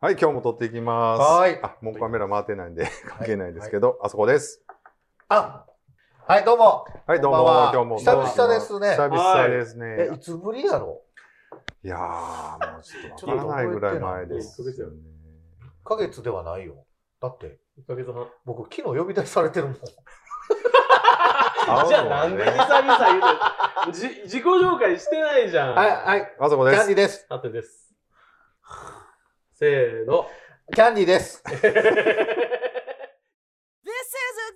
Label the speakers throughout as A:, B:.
A: はい、今日も撮っていきます。
B: はーい
A: あ、もうカメラ回ってないんで、関係ないですけど、あそこです。
B: あはい、どうも。
A: はい、どうも、
B: こんばんは
A: 今日も
B: 久々
A: 回ってます
B: ですね
A: 久々ですね。
B: え、いつぶりやろ
A: いやー、もうちょっとわからないぐらい前です、ね。
B: ?1 ヶ月ではないよ。だって、
C: 1ヶ月半。
B: 僕昨日呼び出しされて るもん。
A: あ
C: じゃあなんで久々言うて、じ、自己紹介してないじゃん。
B: はい、
C: い。
B: はい。
A: あそこ
B: キ
A: で
B: ャン
A: す
B: ディ。です。
C: てです。せー の。
B: キャンディです。
D: This is a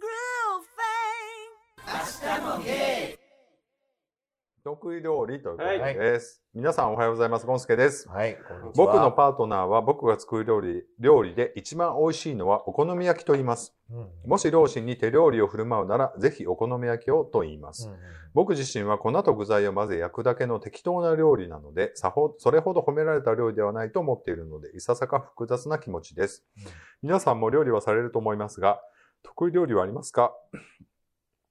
D: groove thing.
A: 得意料理ということ
B: はい
A: です。皆さんおはようございます。ゴンスケです。
B: はい、こんにちは。
A: 僕のパートナーは僕が作る料理、料理で一番美味しいのはお好み焼きと言います。
B: うん、うん
A: もし両親に手料理を振る舞うなら、ぜひお好み焼きをと言います。僕自身は粉と具材を混ぜ焼くだけの適当な料理なので、さほ、それほど褒められた料理ではないと思っているので、いささか複雑な気持ちです。
B: うん
A: 皆さんも料理はされると思いますが、得意料理はありますか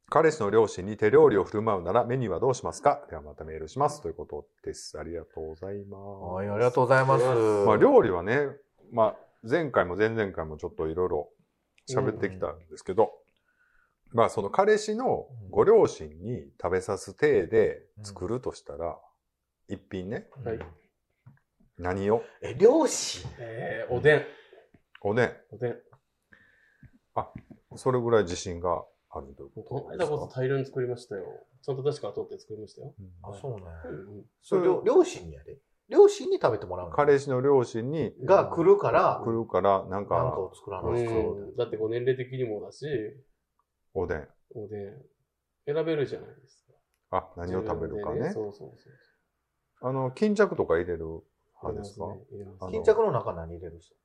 A: 彼氏の両親に手料理を振る舞うならメニューはどうしますかではまたメールします。ということです。ありがとうございます。
B: はい、ありがとうございます。
A: まあ、料理はね、まあ、前回も前々回もちょっといろいろ喋ってきたんですけど、まあ、その彼氏のご両親に食べさす体で作るとしたら、一品ね、
B: うん
C: はい
A: 何を
B: え、漁師
C: えー、おでん。
A: おね、
C: おでん。
A: それぐらい自信があるという
C: こ
A: こ
C: の
A: とで
C: 間
A: す
C: こそ
A: か。
C: 大量に作りましたよ。ちゃんと確か取って作りましたよ。
B: あ、
A: うん
B: そうね。
C: うん
B: それ、漁漁師にやで。漁師に食べてもらうの
A: 彼氏の両親に
B: が来るから、
A: 来るから、なん
B: なんか
A: か、
B: を作ら
C: う
B: ないと。
C: ん。だってこう年齢的にもだし、
A: おでん。
C: おでん。選べるじゃないですか。
A: あ、何を食べるか
C: 自分で
A: ね。
C: そうそうそう。
A: あの、巾着とか入れる派ですか
C: 入れますね入れます
A: あの
B: 巾着の中何入れる人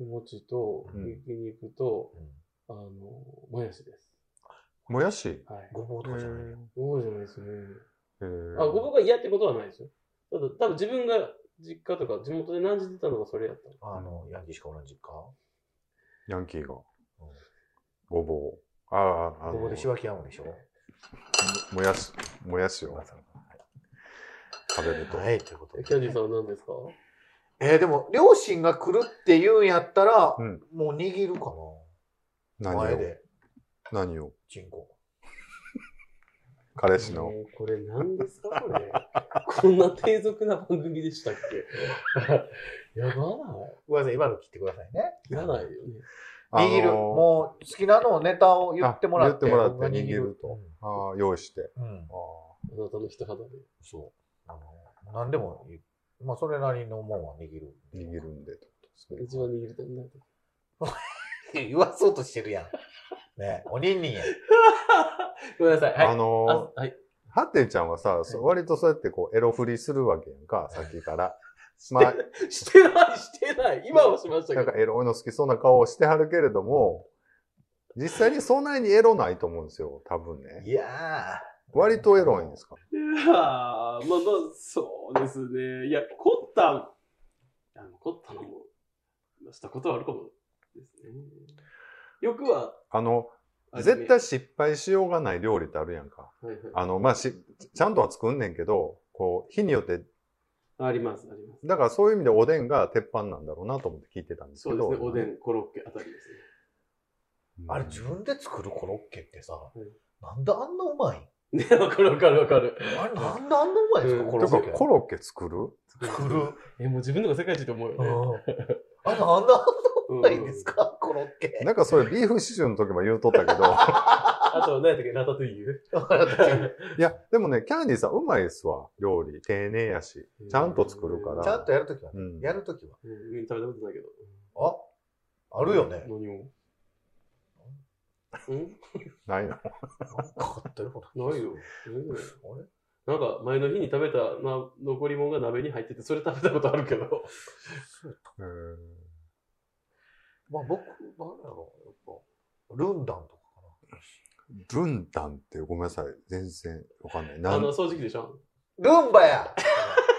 C: お餅と、
A: うん
C: ひき肉と、
B: うん
C: あの、もやしです。
A: もやし
C: はい。
B: ごぼうとかじゃないよ。
C: そうじゃないですね。
A: えー
C: あ、ごぼうが嫌ってことはないですよ。ただ、多分自分が実家とか地元で何時出たのがそれやったの。
B: あの、ヤンキーしか同じか。
A: ヤンキーが
B: うん。
A: ごぼう。ああ、あ
B: こ
A: の
B: こで、仕分け合うんでしょ
A: もやし、もやしを食べると。
B: はい、ということ
C: え
B: で
C: キ。ャンディーさんは何ですか
B: えーでも、両親が来るって言うんやったら、
A: うん
B: もう握るかな。
A: 何
B: 前
A: を
B: で、
A: 何を
B: チンコ。
A: 彼氏の。
C: えーこれ何ですかこれ。 こんな低俗な番組でしたっけ やば
B: ごめんなさい、今の切ってくださいね。
C: ない。やばいよね。
A: あの
B: 握る。もう、好きなのをネタを言ってもらって。
A: あ言ってもらって
B: 僕が
A: 握ると。ああ、用意して。
B: うん。うん
A: ああ
C: あなたの人肌で。
B: そう。あの、何でも言う、まあ、それなりのもんは握る。
A: 握るんでってことです
C: 一
A: ね。
C: 番握りたくないと。
B: 言わそうとしてるや ん。ね、おにんにんや。
C: ごめんなさい。はい。
A: あの
C: あはい。
A: ー、ハッテンちゃんはさ、そう割とそうやってこう、エロ振りするわけやんか、さっきから。まあ、
C: してない、してない。今はしました
A: なん
C: け
A: か
C: ど。
A: エロいの好きそうな顔をしてはるけれども、実際にそんなにエロないと思うんですよ、多分ね。
B: いや
A: 割とエロいんですか
C: いやー、まあまあ、そうですね。いや、凝った、あの凝ったのも、したことはあるかもですね。よくは、
A: あの、
C: あれね
A: 絶、対失敗しようがない料理ってあるやんか。
C: はいはい
A: あの、まあ、し、ちゃんとは作んねんけど、こう、日によって、
C: あります、あります。
A: だからそういう意味でおでんが鉄板なんだろうなと思って聞いてたんです
C: そ
A: け
C: うで
A: ど。
C: すね、おでん、コロッケあたりですね。
A: うん。
B: ーあれ自分で作るコロッケってさ、
C: うん
B: なんであんなうまいん
C: ね、 わかるわかるわかる。
B: あれなんであんなうまいんですか、
C: うん
B: コ
A: て
B: ロ
A: か
B: ッケ。
A: コロッケ作る
B: 作る。
C: え、もう自分のが世界一と思う
B: う
C: よ
B: ん あれなんであんなうまいん
C: ね。
B: ですか、コロッケ。
A: なんかそれビーフシチューの時も言うとったけど。
C: あと、何やったっけ、ラタトゥイユ。
A: いや、でもね、キャンディーさんうまいですわ。料理。丁寧やし。ちゃんと作るから。
B: ちゃんとやるときはね、
A: うん
B: やるときは。
C: うん、食べたことないけど。
B: あ、あるよね。
C: 何をうん
A: ないの。
B: なんか買ってること
C: ないよ。
B: あれ
C: なんか、前の日に食べたな残り物が鍋に入ってて、それ食べたことあるけ
A: へ
C: ど。
A: ー
B: まあ僕、なんだろう、やっぱ、ルンダンとか
A: ルンタンってごめんなさい。全然わかんない。な
C: あ
A: ん
C: の、掃除機でしょ
B: かな。ルンバや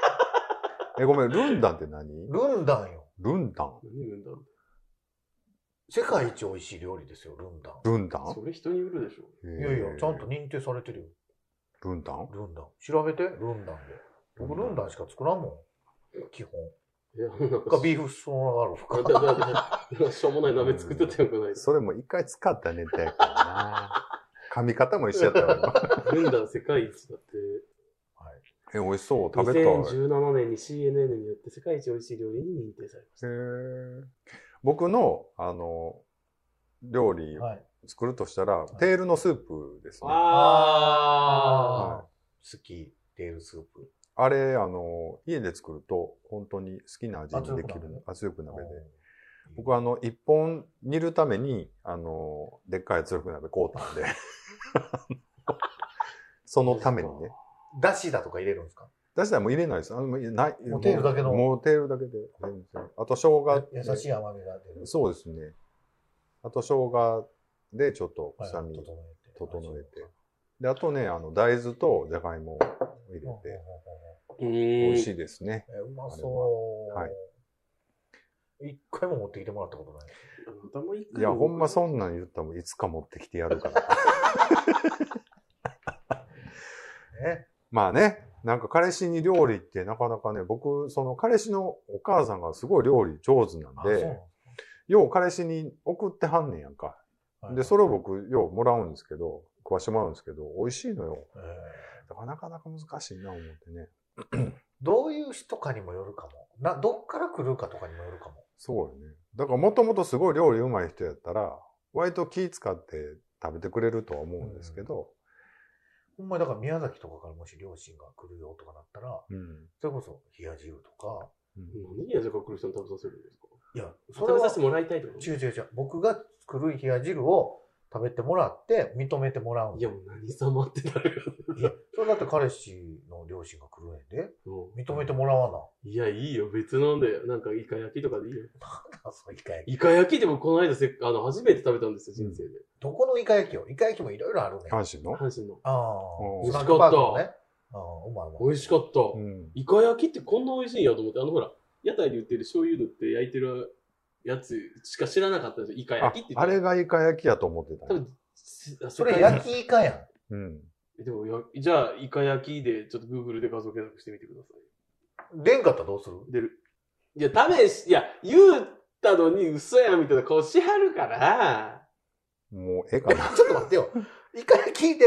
A: え、ごめん、ルンダンって何
B: ルンダンよ。
A: ルンタン
C: 何言うんだ
B: 世界一美味しい料理ですよ、ルンダン。
A: ルンタン
C: それ人に売るでしょ。
B: いやいや、ちゃんと。認定されてるよ、
A: ルンタン
B: ルンダン。調べて、ルンダンで。僕、ルンダンしか作らんもん。基本。
C: えいや、なん
B: か
C: か、
B: ビーフストロガノフか。
C: だだだだしょうもない鍋作ってたよくない。
A: それも一回使ったネ タやからな。噛み方も一緒やったわ今。
C: 軍団世界一だって。
A: え、美味しそう。食べたい。
C: 2017年に CNN によって世界一美味しい料理に認定されまし
A: へ
C: た。
A: ー僕の、あの、料理
B: はい。
A: 作るとしたら、テールのスープですね。は
C: あ
A: い
B: 好き、テールスープ。
A: あれ、あの、家で作ると、本当に好きな味にでき
B: 圧力鍋ね
A: る。圧力鍋で。僕
B: 僕は、
A: はあの、一本煮るために、あの、でっかい圧力鍋買う たんで。そのためにね。
B: だしだとか入れるんですか
A: 出したらもう入れないです。あの、もうない。
B: もうテールだけの
A: もうテールだけで。全然あと、生姜。
B: 優しい甘みが出る。
A: そうですね。あと、生姜でちょっと
B: はい
A: 臭み。
B: 整えて。
A: 整えてで、あとね、あの、大豆とじゃがいもを入れ
B: ほうほうほう
A: て、
B: ほ
A: 美
C: ー。美
A: 味しいですね。
B: うえうまそう。
A: あれははい
B: 一回も持ってきてもらったことない。
C: 頭いいか
A: い
C: ら
A: や、ほんまそんなん言ったらもういつか持ってきてやるから。
B: ね。
A: まあね、なんか彼氏に料理ってなかなかね、僕、その彼氏のお母さんがすごい料理上手なん
B: あ
A: で、よう彼氏に送ってはんねんやんか。で、それを。僕、ようもらうんですけど、食わしてもらうんですけど、美味しいのよ。
B: そうなんですかはいえー
A: だからなかなか難しいな思ってね。
B: どういう人かにもよるかも。な、どっから来るかとかにもよるかも。
A: そうよね。だからもともとすごい料理うまい人やったら、割と気使って食べてくれるとは思うんですけど、
B: ほんまにだから宮崎とかからもし両親が来るよとかなったら、
A: うん。
B: それこそ冷や汁とか、
C: 何やじゃあ来る人に食べさせるんですか
B: いや、そ
C: 食
B: れ
C: べさ
B: は
C: せてもらいたいってこと
B: 違う違う違う。僕が作る冷や汁を食べてもらって、認めてもらうん
C: いや、もう何様ってなるよ。
B: いや、それだって彼氏の両親が来るねんで、
C: も
B: 認めてもらわ
C: ういや、いいよ。別ので、なんかイカ焼きとかでいいよ。
B: な。あそう、イカ焼き。
C: イカ焼きでもこの間せっあの、初めて食べたんですよ、人生で。
B: どこのイカ焼きよイカ焼きもいろいろあるね。あ
A: 阪神の
C: 阪神の。
B: あ
A: おー。
B: スナックパークのね。ああ、うまいうまい。
C: 美味しかった。
A: うん。
C: イカ焼きってこんな美味しいんやと思って、あのほら、屋台で売ってる醤油塗って焼いてるやつしか知らなかったんですよ。イカ
A: あ
C: 焼きって言
A: あ
C: って。
A: れがイカ焼きやと思って
C: 多
A: た、ね。
C: 分、せ
B: それ焼
C: 世界
B: きイカやん。
A: うん。
C: でもや、じゃあ、イカ焼きで、ちょっと Google で画像検索してみてください。
B: 出んかったらどうする
C: 出る。いや、試し、いや、言うたのに嘘やみたいな顔しはるから。
A: もう、ええか
B: え
A: な。
B: ちょっと待ってよ。イカ焼きで、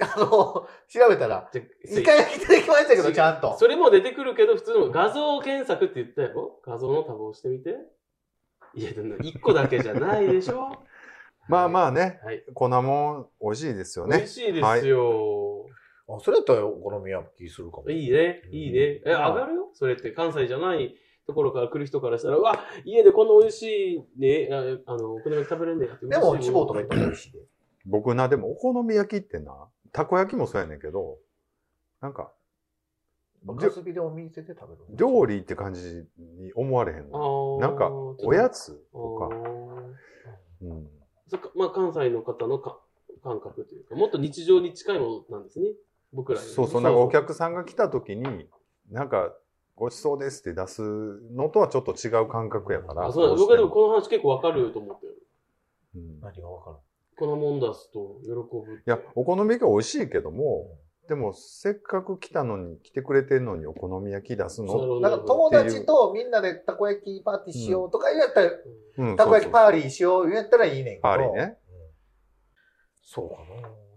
B: あの、調べたら、
C: じゃ
B: イカ焼き出てきましたけど、ちゃんと。
C: それも出てくるけど、普通の画像検索って言ったやろ画像のタブを押してみて。いや、でも一個だけじゃないでしょ
A: まあまあね、
C: はい。
A: 粉も美味しいですよ
C: 美
A: ね
C: 味。しいですよ。
B: あ、それやったらお好み焼きするかも。
C: いいね、いいね。え、
B: うん
C: 上がるよそれって関西じゃないところから来る人からしたら、うわ、家でこんな美味しいね、ああの、お好み焼き食べれるんだよって
B: でも、地方とか行ったら美味しいで。
A: 僕な、でもお好み焼きってな、たこ焼きもそうやねんけど、なんか、
B: ガスビでお店で食べる。
A: 料理って感じに思われへんの。なんか、おや
C: つ
A: つとか。うん。
C: そっか、まあ関西の方のか感覚というか、もっと日常に近いものなんですね。僕らより
A: そうそう、なんかお客さんが来た時に、なんか、ごちそうですって出すのとはちょっと違う感覚やから。
C: あそうだ
A: ど
C: 僕はで
A: し
C: も
A: て
C: この話結構わかると思ってる。
A: うん
B: 何がわかる
C: 粉もん出すと喜ぶ。
A: いや、お好み焼きは美味しいけども、でも、せっかく来たのに、来てくれてんのにお好み焼き出すの。
B: なんか友達とみんなでたこ焼きパーティーしようとか言うやったら、
A: うん
B: たこ焼きパー
A: リ
B: リーしよう言うやったらいいねんけど。
A: パーリーね。
B: うん。そうかな。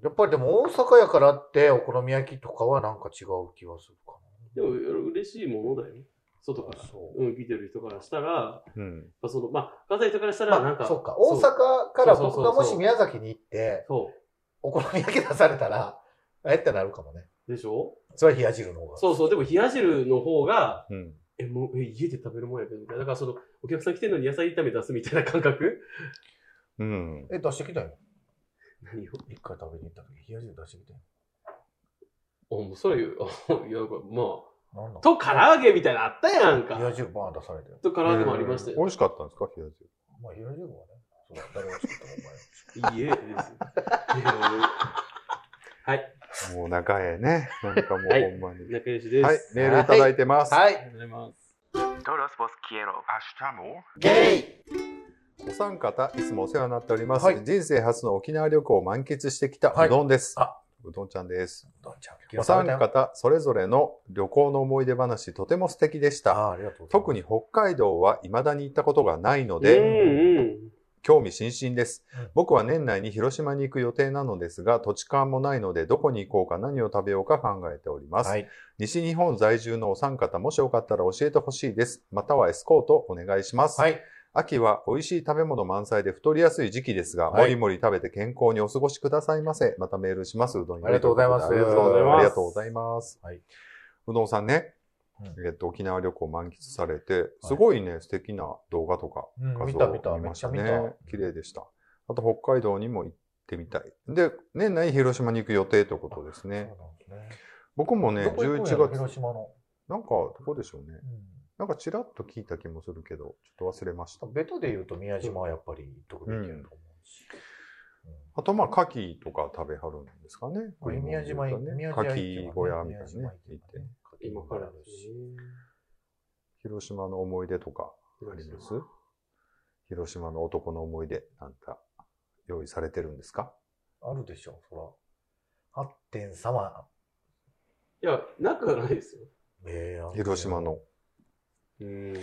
B: やっぱりでも大阪やからってお好み焼きとかはなんか違う気がするか
C: でも嬉しいものだよ。外から
B: な。。そう。
C: うん、見てる人からしたら、やっ
A: うん。
C: ぱその、まあ、関西の人からしたら、
B: ま
C: なん
B: あ
C: か、、
B: そうか。大阪から
C: そ
B: 僕
C: うそうそうそ
B: が
C: う
B: もし宮崎に行って、
C: そ
B: お好み焼き出されたら、えってなるかもね。
C: う。でしょ
B: それは冷や汁の方が。
C: そうそう。でも、冷や汁の方が、
A: うん。
C: え、もう、え、家で食べるもんやけど、みたいな。だから、その、お客さん来てるのに野菜炒め出すみたいな感覚
A: うん。
B: え、出してきたよ。
C: 何を
B: 一回食べに行った時、冷や汁出してきたよ。
C: あ、もう、そ れ言う、あ、いや、なんかま
B: なん
C: あ、
B: だ
C: と、唐揚げみたいなのあったやん
B: 冷や
C: か。
B: 汁バーン出されたよ。
C: と、唐揚げもありました
A: 美
C: よ。
A: 味しかったんですか冷や汁。
B: まあ、冷や汁はね、そうだ、誰が作ったかお前。
C: いいえ、です。いやはい、
A: もう仲ええね。なんかもう
C: はい
A: ほんまに。
C: 仲良しです。
A: はい、メールいただいてます。
B: は
C: あ
B: い。
C: りがとうございます。
B: ゲイ
A: お三方、いつもお世話になっております。
B: はい
A: 人生初の沖縄旅行を満喫してきた
B: はいう
A: どんです。
B: あ
A: うどんちゃんです。
B: どんちゃん。
A: お三方それぞれの旅行の思い出話、とても素敵でした。
B: あーありがとうございます。
A: 特に北海道は未だに行ったことがないの
C: う
A: で、
C: んうん。
A: 興味津々です
B: うん。
A: 僕は年内に広島に行く予定なのですが、土地勘もないので、どこに行こうか何を食べようか考えております。
B: はい。
A: 西日本在住のお三方、もしよかったら教えてほしいです。またはエスコートお願いします。
B: はい。
A: 秋は美味しい食べ物満載で太りやすい時期ですが、
B: はい
A: もりもり食べて健康にお過ごしくださいませ。またメールします。うどん
B: ありがとうございます
A: ありがとうございます。
C: あ
A: あ
C: り
A: り
C: が
A: が
C: と
A: とう
C: うご
A: ご
C: ざ
A: ざいます。
B: はいう
A: どんさんね、
B: う
A: えっと、沖縄旅行満喫されて、すごいね、素敵な動画とか
B: うん、
A: 画
B: 見
A: 像
B: た見た、
A: を見
B: めっ
A: まし
B: ちゃ
A: た
B: 見た。
A: ね。綺麗でした。あと、北海道にも行ってみたい。で、年内広島に行く予定ということですね。
B: そうなんです
A: 僕もね、
B: ね。どこ行
A: 11
B: くん
A: 月
B: やろ、広島の。
A: なんか、どこでしょうね
B: う。ん
A: なんか、ちらっと聞いた気もするけど、ちょっと忘れました。
B: ベタで言うと宮島はやっぱり行っとくべきやと思うし。
A: あと、まあ、牡蠣とか食べはるんですかね。
B: これ宮島行
A: 行
B: っ、
A: ってて、
B: 宮
A: ね。
B: 島
A: 牡
B: 行
A: 蠣小屋みたいなね。行っ
B: 行
A: て、
B: て。
C: 今から
B: あ
C: で
B: る
C: す
B: し。
A: 広島の思い出とかあります広島の男の思い出、なんか、用意されてるんですか
B: あるでしょ、そら。8点様。
C: いや、なくはないですよ。
B: えー
A: 広島。の。
C: うん。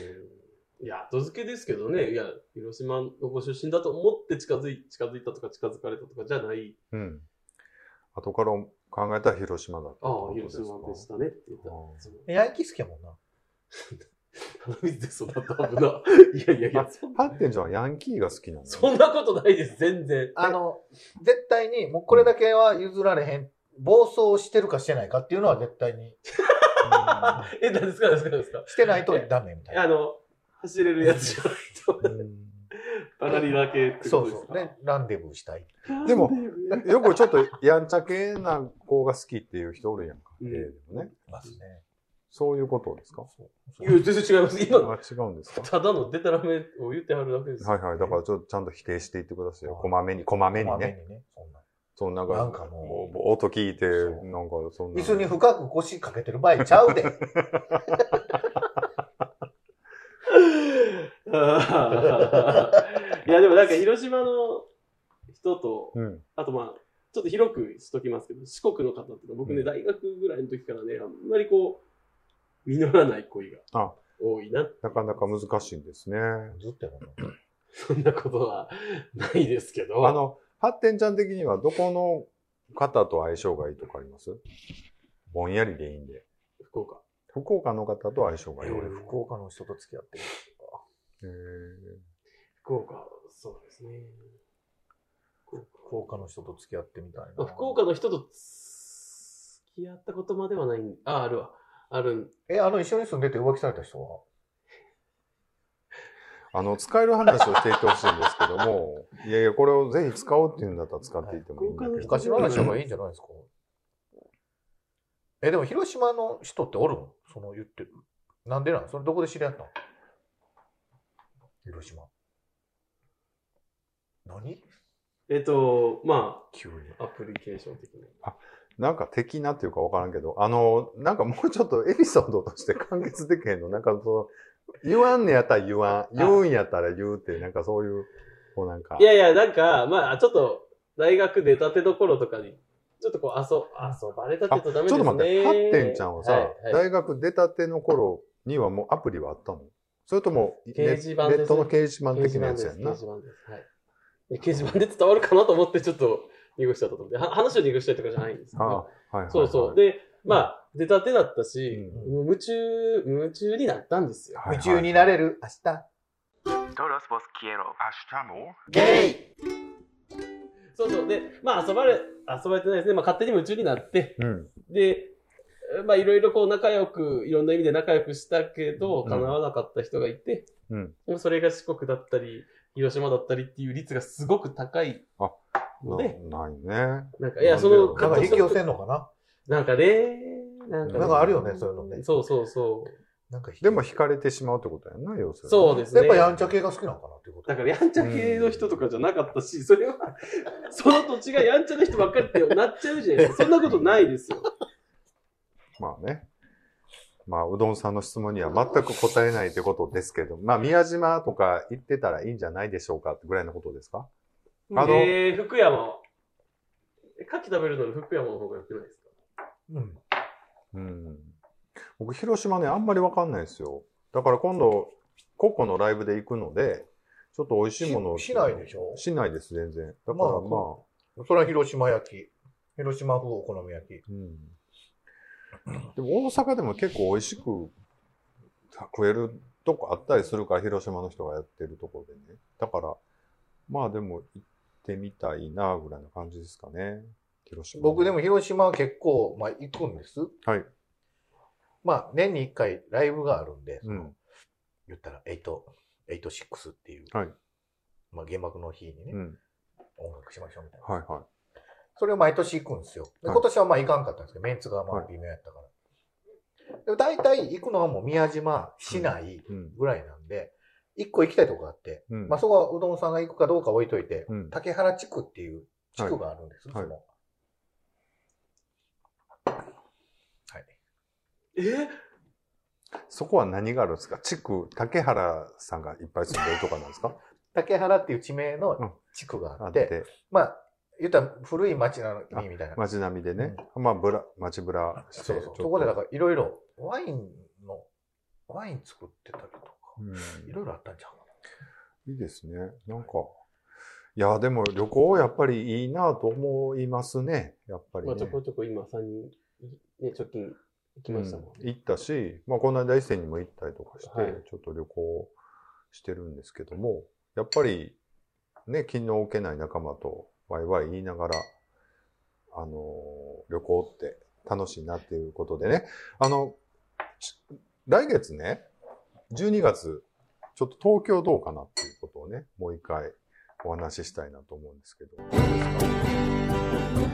C: いや、後付けですけどね。いや、広島のご出身だと思って近づい、近づいたとか近づかれたとかじゃない。
A: うん。後から考えたら広島だった
C: あ
A: ってこ、と
C: あ
A: で
C: 広
A: すか。
C: 島でしたねって言ったら
A: ああ。
C: その
B: えヤンキー好きやもんな。
C: 鼻水で育った危な。いやいやいや、そんな
A: ハッテンちゃんはヤンキーが好きなの
C: そんなことないです、全然。
B: あの、絶対に、もうこれだけは譲られへん。暴走してるかしてないかっていうのは絶対に。
C: え、何ですか、何ですか、何ですか。
B: してないとダメみたい
C: あ
B: な。
C: の、走れるやつじゃないと、
A: うん
C: バナリだけって
B: そ
C: こ
B: う
C: と
B: そ
C: で
B: う。
C: す
B: ね
C: か。、
B: ランデブーしたい。
A: でもよくちょっとやんちゃ系な子が好きっていう人おるやんか。
C: うん
A: 家でもね。
B: ますね。
A: そういうことですか
B: そう
C: いや、全然違います。今の、
A: あ違うんですか
C: ただのデタラメを言ってはるだけです。
A: はいはい。だからちょっとちゃんと否定していってくださいよ
B: は。い
A: こまめに、こまめに
B: まめ
A: ね。
B: にね。そんな
A: そう、なん
B: な
A: か
B: んか、もう
A: お音聞いて、
B: そう
A: なんかそんな。
B: 椅子に深く腰かけてる場合ちゃうで。
C: あ ーいや、でもなんか広島の人と、
A: うん。
C: あとまあ、ちょっと広くしときますけど、四国の方っていうのは僕ね、
A: うん
C: 大学ぐらいの時からね、あんまりこう、実らない恋が
A: あ
C: 多いな。
A: なかなか難しいんですね。
B: ずっとやもんな
C: そんなことはないですけど。
A: あの、発展ちゃん的にはどこの方と相性がいいとかありますぼんやりでいいんで。
C: 福岡。
A: 福岡の方と相性がい
B: え
A: い。
B: 俺、福岡の人と付き合ってる。
A: へー
C: 福岡、そうですね。福岡
B: 福岡の人と付き合ってみたい
C: ま
B: な。
C: あ福岡の人と付き合ったことまではないんあ、あるわ。ある
B: え、あの、一緒に住んでて浮気された人は
A: あの、使える話をしていってほしいんですけども、いやいや、これをぜひ使おうっていうんだったら使っていってもいいんだけど。
B: 昔の話の方がいいんじゃないですかえ、でも広島の人っておるんその言ってる。なんでなんそれどこで知り合ったの広島。何
C: えっと、ま
B: 急に。
C: あ、アプリケーション的な。
A: なんか的なっていうかわからんけど、あの、なんかもうちょっとエピソードとして完結できへんの。なんかその、言わんねやったら言わん、言うんやったら言うっていう、なんかそういう、こうなんか
C: い、やいや、なんか、まあ、ちょっと、大学出たての頃とかに、ちょっとこう、遊、遊ばれたって言うとダメ
A: ち
C: です
A: ょっ
C: ね。
A: と待って、ハッテンちゃんはさ、
C: いい
A: 大学出たての頃にはもうアプリはあったのそれともネ、
C: 掲示板です
A: ネ
C: ね
A: ットの掲示板
C: 掲
A: 的
C: 示
A: な
C: 板
A: や
C: で
A: つ
C: す。
A: や
C: 掲
A: んな。
C: 示板です。はい。で掲示板で伝わるかなと思って、ちょっと、濁しちゃったと思って、は話を濁したいとかじゃないんですけ
A: あ
C: ど。
A: はいはいはい
C: そうそう。で、まあ、出たてだったし、
A: う
C: もう夢中、夢中になったんですよ。
A: はいはい
B: 夢中になれる明日。
E: Todos vos quiero.
B: ゲイ
C: そうそう。で、まあ、遊ばれ、遊ばれてないですね。まあ、勝手に夢中になって、
A: うん。
C: で、まあいろいろこう仲良く、いろんな意味で仲良くしたけど、
A: うん
C: 叶わなかった人がいて、
A: うん
C: もうそれが四国だったり、広島だったりっていう率がすごく高い
A: あ
C: ので、
A: なないね。
C: なんか、いや、その、
B: なんか引き寄せんのかな
C: なんかね、なんか
B: なんかあるよね、そういうのね。
C: そうそうそう。
B: なんか引き
A: で
B: 寄せ
A: も惹かれてしまうってことやんな、要するに。
C: そうですね。
B: やっぱやんちゃ系が好きなのかなっていうこと。
C: だからやんちゃ系の人とかじゃなかったし、それは、その土地がやんちゃな人ばっかりってなっちゃうじゃないですか。そんなことないですよ。
A: まあね。まあ、うどんさんの質問には全く答えないということですけど、まあ、宮島とか行ってたらいいんじゃないでしょうかってぐらいのことですかあの
C: えー、福山え牡蠣食べるのに福山の方が良くないですか
B: うん。
A: うん。僕、広島ね、あんまりわかんないですよ。だから今度、ココのライブで行くので、ちょっと美味しいものを。
B: し市内でしょ
A: しないです、全然。だからま
B: ま
A: あ
B: あ、それは広島焼き。広島風お好み焼き。
A: うん。でも大阪でも結構美味しく食えるとこあったりするから、広島の人がやってるところでね。だから、まあでも行ってみたいな、ぐらいな感じですかね。広島。
B: 僕でも広島は結構、まあ行くんです。
A: はい。
B: まあ年に一回ライブがあるんで、
A: うん。
B: 言ったら8、86っていう。
A: はい
B: まあ原爆の日にね、
A: うん。
B: 音楽しましょうみたいな。
A: はいは
B: それを毎年行くんですよ。で
A: はい
B: 今年はまあ行かんかったんですけど、メンツがまあ
A: はい
B: 微妙やったから。でも大体行くのはもう宮島市内
A: い。うん。
B: ぐらいなんで、一個行きたいとこがあって、
A: うん。
B: まあそこはうどんさんが行くかどうか置いといて、
A: うん
B: 竹原地区っていう地区があるんです、
A: はい
B: その。はい。
C: え
A: そこは何があるんですか地区、竹原さんがいっぱい住んでるとかなんですか
B: 竹原っていう地名の
A: うん
B: 地区が
A: あ
B: あ
A: っ
B: って、
A: て、
B: まあ、言ったら古い町なのにみたいな。
A: 街並みでね、まあ、ぶら、街ぶらして、
B: そうそう。
A: ちょっと
B: そこでだからいろいろワインの、ワイン作ってたりとか、
A: うん
B: いろいろあったんちゃうか
A: いいですね。なんか、いや、でも旅行やっぱりいいなと思いますね。やっぱり、
C: ま
A: ね。
C: あちょこちょこ今3人、ね、直近行きましたもんね。
A: うん行ったし、まあ、この間伊勢にも行ったりとかして、
C: はい
A: ちょっと旅行してるんですけども、やっぱり、ね、気の置けない仲間とワイワイ言いながら、あのー旅行って楽しいなっていうことでね、あの、ち来月ね、12月、ちょっと東京どうかなっていうことをね、もう一回お話ししたいなと思うんですけど、どうですか